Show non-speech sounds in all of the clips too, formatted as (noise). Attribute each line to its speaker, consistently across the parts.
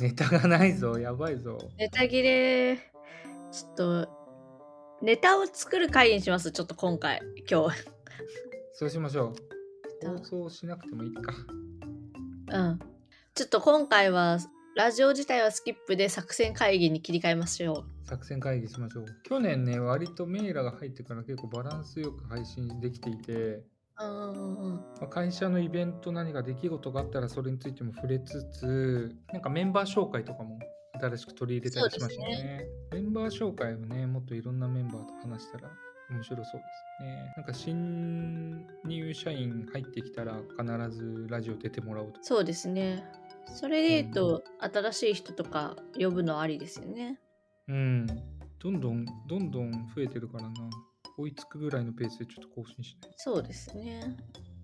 Speaker 1: ネタがないぞ、やばいぞ。
Speaker 2: ネタ切れ、ちょっと、ネタを作る会にします、ちょっと今回、今日。
Speaker 1: そうしましょう。
Speaker 2: ネタ
Speaker 1: 放送しなくてもいいか。
Speaker 2: うん。ちょっと今回は、ラジオ自体はスキップで作戦会議に切り替えましょ
Speaker 1: 作戦会議しましょう。去年ね、割とメイラが入ってから結構バランスよく配信できていて、
Speaker 2: う。うんうんうん。
Speaker 1: まあ会社のイベント何か出来事があったらそれについても触れつつなんかメンバー紹介とかも新しく取り入れたりしましたね
Speaker 2: そう
Speaker 1: メンバー紹介もねもっといろんなメンバーと話したら面白そうですねなんか新入社員入ってきたら必ずラジオ出てもらおうと
Speaker 2: そうですね。それで言うと、新しい人とか呼ぶのありですよね。
Speaker 1: うんどんどんどんどん増えてるからな追いつくぐらいのペースでちょっと更新しない
Speaker 2: そうですね。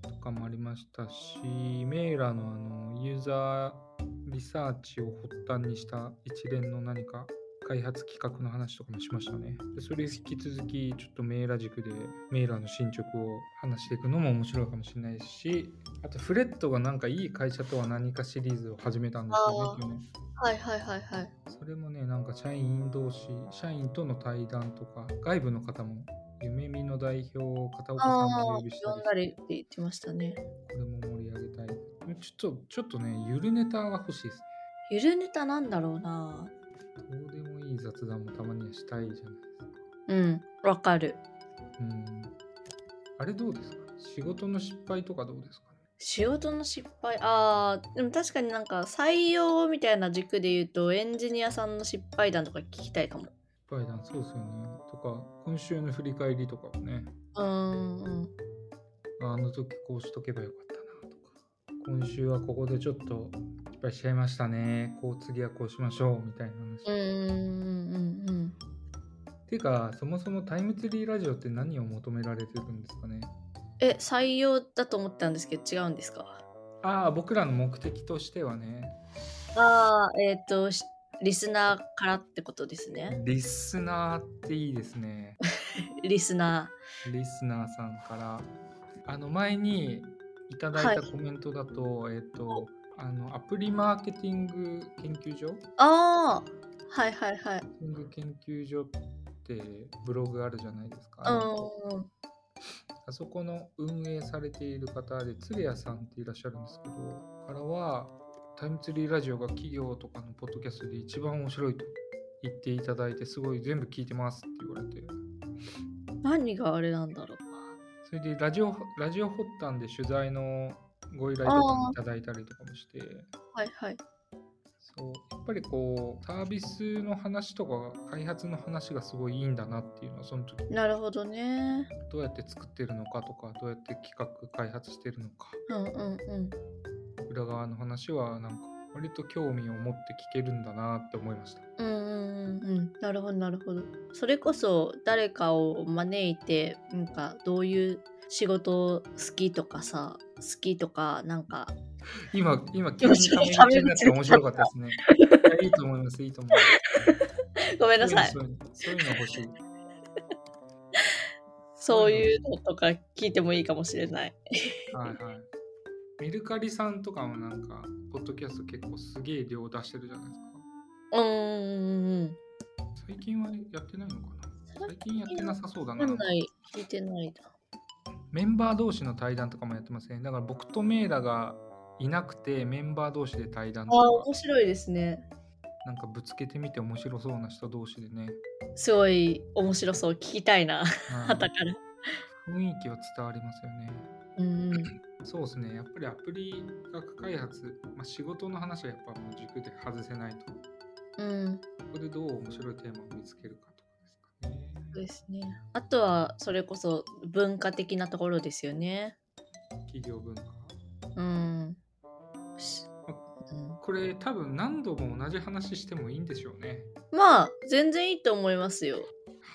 Speaker 1: とかもありましたしメイラのあのユーザーリサーチを発端にした一連の何か開発企画の話とかもしましたねでそれ引き続きちょっとメイラ軸でメイラの進捗を話していくのも面白いかもしれないしあとフレットがなんかいい会社とは何かシリーズを始めたんですよね去年
Speaker 2: はいはいはいはい。
Speaker 1: それもねなんか社員同士社員との対談とか外部の方も夢見の代表片岡さん
Speaker 2: あ
Speaker 1: も
Speaker 2: あ
Speaker 1: 呼びし、た
Speaker 2: 呼
Speaker 1: り
Speaker 2: ん
Speaker 1: して
Speaker 2: だりって言ってましたね。
Speaker 1: これも盛り上げたい。ちょっと、ちょっとね、ゆるネタが欲しいです
Speaker 2: ゆるネタなんだろうな。
Speaker 1: ね。どうでもいい雑談もたまにはしたいじゃない
Speaker 2: うん、わかる。
Speaker 1: ですか。うん。あれどうですか仕事の失敗とかどうですかね
Speaker 2: 仕事の失敗あーでも確かになんか採用みたいな軸で言うとエンジニアさんの失敗談とか聞きたいかも
Speaker 1: 失敗談、そうですよね。とか、今週の振り返りとかもね、
Speaker 2: うーんうん
Speaker 1: あの時こうしとけばよかったなとか、今週はここでちょっと失敗しちゃいましたね。こう次はこうしましょうみたいな話。
Speaker 2: うんうんうんうん
Speaker 1: ていうか、そもそもタイムツリーラジオって何を求められてるんですかね
Speaker 2: え採用だと思ってたんですけど違うんですか
Speaker 1: ああ、僕らの目的としてはね、
Speaker 2: ああえっ、としリスナーからってことですね
Speaker 1: リスナーっていいですね。
Speaker 2: リスナ
Speaker 1: リスナーさんから。あの前にいただいたコメントだと、えっ、と、あのアプリマーケティング研究所
Speaker 2: ーああはいはいはい
Speaker 1: マーケティング研究所ってブログあるじゃないですか。
Speaker 2: うんうん
Speaker 1: あそこの運営されている方で、鶴屋さんっていらっしゃるんですけど、からは、タイムツリーラジオが企業とかのポッドキャストで一番面白いと言っていただいて、すごい全部聞いてますって言われて、
Speaker 2: 何があれなんだろう
Speaker 1: それでラジオラジオ発端で取材のご依頼とかもいただいたりとかもして
Speaker 2: はいはい
Speaker 1: そうやっぱりこうサービスの話とか開発の話がすごいいいんだなっていうのはその時
Speaker 2: なるほどね
Speaker 1: どうやって作ってるのかとかどうやって企画開発してるのか
Speaker 2: うんうんうん
Speaker 1: 裏側の話はなんか割と興味を持って聞けるんだなって思いました
Speaker 2: うんうんうんうんなるほどなるほどそれこそ誰かを招いてなんかどういう仕事好きとかさ好きとかなんか
Speaker 1: 今今急にため口になって面白かったですねいやいいと思いますいいと思います
Speaker 2: (laughs) ごめんなさい
Speaker 1: そういうのそういうの欲しい
Speaker 2: そういうのとか聞いてもいいかもしれない
Speaker 1: はいはい。メルカリさんとかもなんか、ポッドキャスト結構すげえ量出してるじゃないです
Speaker 2: うんうんうん
Speaker 1: か。最近はやってないのかな最近やってなさそうだ
Speaker 2: 分か
Speaker 1: な。
Speaker 2: んない聞いてないな
Speaker 1: メンバー同士の対談とかもやってますね。だから僕とメイラがいなくて、メンバー同士で対談
Speaker 2: あー
Speaker 1: と
Speaker 2: 面白いですね
Speaker 1: か、なんかぶつけてみて面白そうな人同士でね。
Speaker 2: すごい面白そう聞きたいな
Speaker 1: は
Speaker 2: 旗
Speaker 1: い
Speaker 2: から
Speaker 1: 雰囲気は伝わりますよね。
Speaker 2: うんうん
Speaker 1: そうですね。やっぱりアプリ学開発、まあ、仕事の話はやっぱもう軸で外せないと。こ
Speaker 2: うん
Speaker 1: こでどう面白いテーマを見つけるかとかですかね。
Speaker 2: そうですねあとはそれこそ文化的なところですよね
Speaker 1: 企業文化
Speaker 2: うん。しうん
Speaker 1: これ多分何度も同じ話してもいいんでしょうね
Speaker 2: まあ全然いいと思いますよ。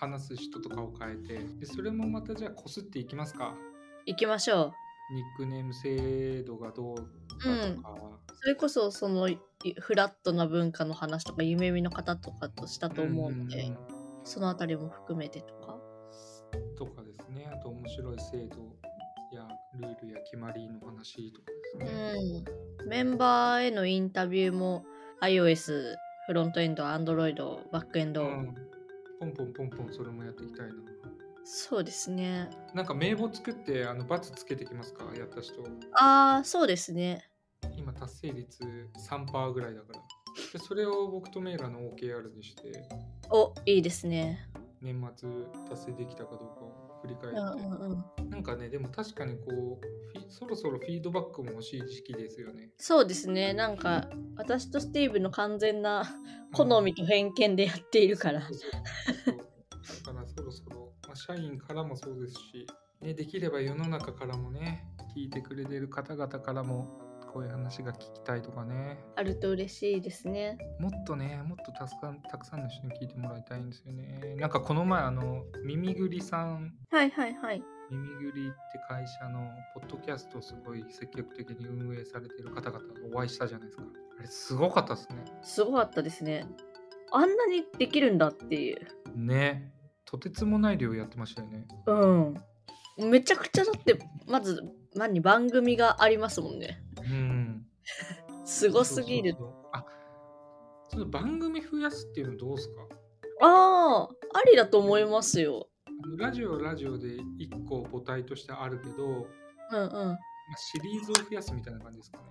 Speaker 1: 話す人とかを変えてでそれもまたじゃあこすっていきますか
Speaker 2: 行きましょ
Speaker 1: ニックネーム制度がどうかとか、
Speaker 2: う。それこそそのいフラットな文化の話とか夢見の方とかとしたと思うので、
Speaker 1: ん
Speaker 2: そのあたりも含めてとか。
Speaker 1: とかですねあと面白い制度やルールや決まりの話とか
Speaker 2: う
Speaker 1: ですね、
Speaker 2: ん。メンバーへのインタビューも iOS フロントエンド Android バックエンド、
Speaker 1: うんポンポンポンポンそれもやっていきたいな
Speaker 2: そうですね
Speaker 1: なんか名簿作ってあのバツつけてきますかやった人
Speaker 2: ああそうですね
Speaker 1: 今達成率3%ぐらいだからでそれを僕とメイラの OKR にして
Speaker 2: おいいですね
Speaker 1: 年末達成できたかどうかを振り返っ
Speaker 2: う
Speaker 1: て、
Speaker 2: んうんうん
Speaker 1: なんかねでも確かにこうフィそろそろフィードバックも欲しい時期ですよね
Speaker 2: そうですねなんか私とスティーブの完全な好みと偏見でやっているから
Speaker 1: そうそうそうだからそろそろ、まあ、社員からもそうですし、ね、できれば世の中からもね聞いてくれてる方々からもこういう話が聞きたいとかね
Speaker 2: あると嬉しいですね
Speaker 1: もっとねもっとたくさんたくさんの人に聞いてもらいたいんですよねなんかこの前あの耳ぐりさん
Speaker 2: はいはいはい
Speaker 1: 耳ぐりって会社のポッドキャストをすごい積極的に運営されてる方々がお会いしたじゃないですかあれすごかったですね
Speaker 2: すごかったですねあんなにできるんだっていう
Speaker 1: ねとてつもない量やってましたよね
Speaker 2: うんめちゃくちゃだってまず何番組がありますもんね
Speaker 1: うん
Speaker 2: すごすぎる
Speaker 1: そうそうそうあちょっと番組増やすっていうのどうですか
Speaker 2: ああありだと思いますよ
Speaker 1: あのラジオはラジオで1個母体としてあるけど、ま
Speaker 2: うんうん
Speaker 1: あシリーズを増やすみたいな感じですかね。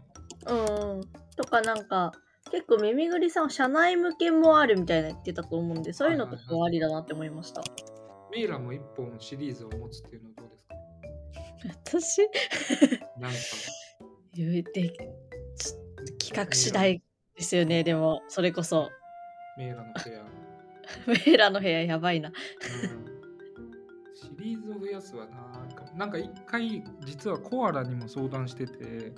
Speaker 2: うんうんとかなんか結構耳ぐりさんは社内向けもあるみたいな言ってたと思うんでそういうのとかはありだなって思いました
Speaker 1: メイラも1本シリーズを持つっていうのはどうですか
Speaker 2: 私
Speaker 1: なんか
Speaker 2: 言うてち (laughs) 企画次第ですよねでもそれこそ
Speaker 1: メイラのペア、
Speaker 2: メーラの部屋やばいな
Speaker 1: うんシリーズを増やすはなんかなんか1回実はコアラにも相談してて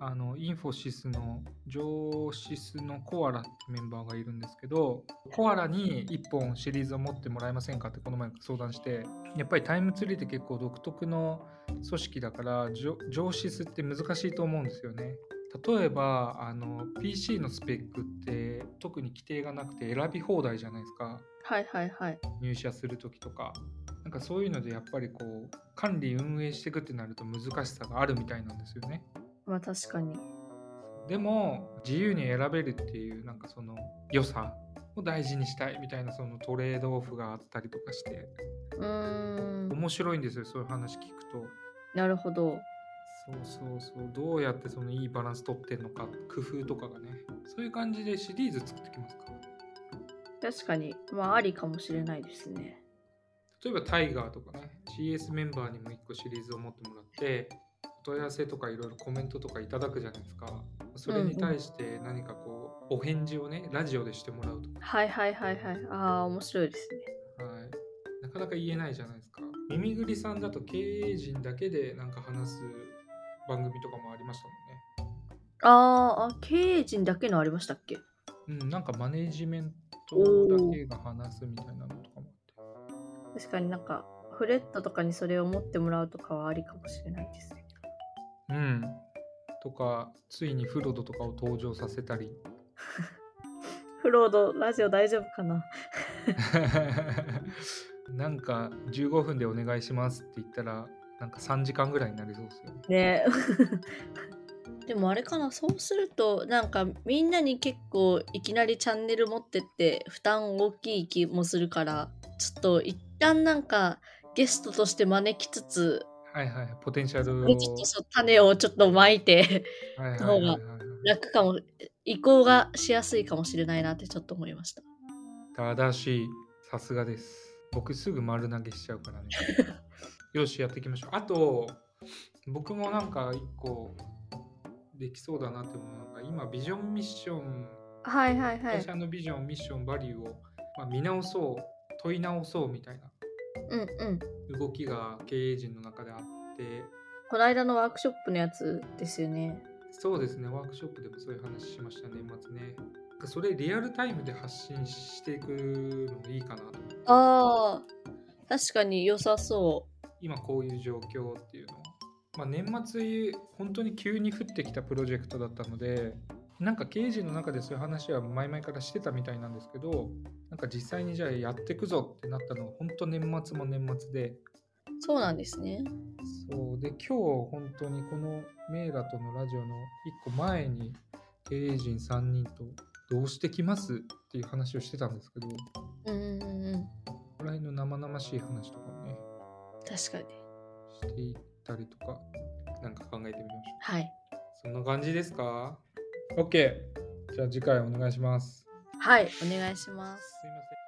Speaker 1: あのインフォシスの上シスのコアラってメンバーがいるんですけどコアラに1本シリーズを持ってもらえませんかってこの前相談してやっぱりタイムツリーって結構独特の組織だから上上シスって難しいと思うんですよね。例えばあの PC のスペックって特に規定がなくて選び放題じゃないですか。
Speaker 2: はいはいはい
Speaker 1: 入社する時とかなんかそういうのでやっぱりこう管理運営していくってなると難しさがあるみたいなんですよね
Speaker 2: まあ確かに
Speaker 1: でも自由に選べるっていうなんかその良さを大事にしたいみたいなそのトレードオフがあったりとかして
Speaker 2: うーん
Speaker 1: 面白いんですよそういう話聞くと
Speaker 2: なるほど
Speaker 1: そうそうそうどうやってそのいいバランス取ってんのか工夫とかがねそういう感じでシリーズ作ってきますか
Speaker 2: 確かにまあありかもしれないですね
Speaker 1: 例えばタイガーとかね CS メンバーにも1個シリーズを持ってもらってお問い合わせとかいろいろコメントとかいただくじゃないですかそれに対して何かこうお返事をねラジオでしてもらうとか、
Speaker 2: はいはいはいはいああ面白いですね
Speaker 1: はい、なかなか言えないじゃないですか耳ぐりさんだと経営陣だけでなんか話す番組とかもありましたもんね
Speaker 2: あーあ経営陣だけのありましたっけ
Speaker 1: うん、なんかマネジメントだけが話すみたいなのとかもあっ
Speaker 2: 確かになんかフレットとかにそれを持ってもらうとかはありかもしれないですね
Speaker 1: てうんとかついにフロドとかを登場させたり
Speaker 2: フロードラジオ大丈夫かな
Speaker 1: (laughs) なんか15分でお願いしますって言ったらなんか3時間ぐらいになりそうですよね。
Speaker 2: ね (laughs) でもあれかなそうするとなんかみんなに結構いきなりチャンネル持ってって負担大きい気もするからちょっと一旦なんかゲストとして招きつつ
Speaker 1: はいはい、ポテンシャルを。
Speaker 2: これちょっとそう種をちょっとまいて (laughs)
Speaker 1: はいはいはいはい
Speaker 2: 楽かも移行がしやすいかもしれないなってちょっと思いました
Speaker 1: 正しい、さすがです。僕すぐ丸投げしちゃう
Speaker 2: (laughs)
Speaker 1: からね。よし、やっていきましょう。あと、僕もなんか一個できそうだなって思うのが、今、ビジョンミッション、
Speaker 2: はいはいは
Speaker 1: 会社のビジョン、ミッション、バリューを、まあ、見直そう、問い直そうみたいな
Speaker 2: うんうん
Speaker 1: 動きが経営陣の中であって、
Speaker 2: この間のワークショップのやつですよね
Speaker 1: そうですね、ワークショップでもそういう話しましたね、年末ね。それリアルタイムで発信していくのもいいかなと思って。
Speaker 2: あー確かに良さそ
Speaker 1: 今こういう状況っていうのを。まあ、年末、本当に急に降ってきたプロジェクトだったので、なんか経営陣の中でそういう話は前々からしてたみたいなんですけど、なんか実際にじゃあやってくぞってなったのは、本当年末も年末で、
Speaker 2: うそうなんですね
Speaker 1: そうで今日本当にこのメイラとのラジオの1個前に経営陣3人とどうしてきますっていう話をしてたんですけど、こ
Speaker 2: うんうんうんうん
Speaker 1: こら辺の生々しい話とかもね、
Speaker 2: 確かに
Speaker 1: していったりとか、なんか考えてみましょう。
Speaker 2: はい
Speaker 1: そんな感じですか ?OK。じゃあ次回お願いします。
Speaker 2: はいお願いします
Speaker 1: すいません。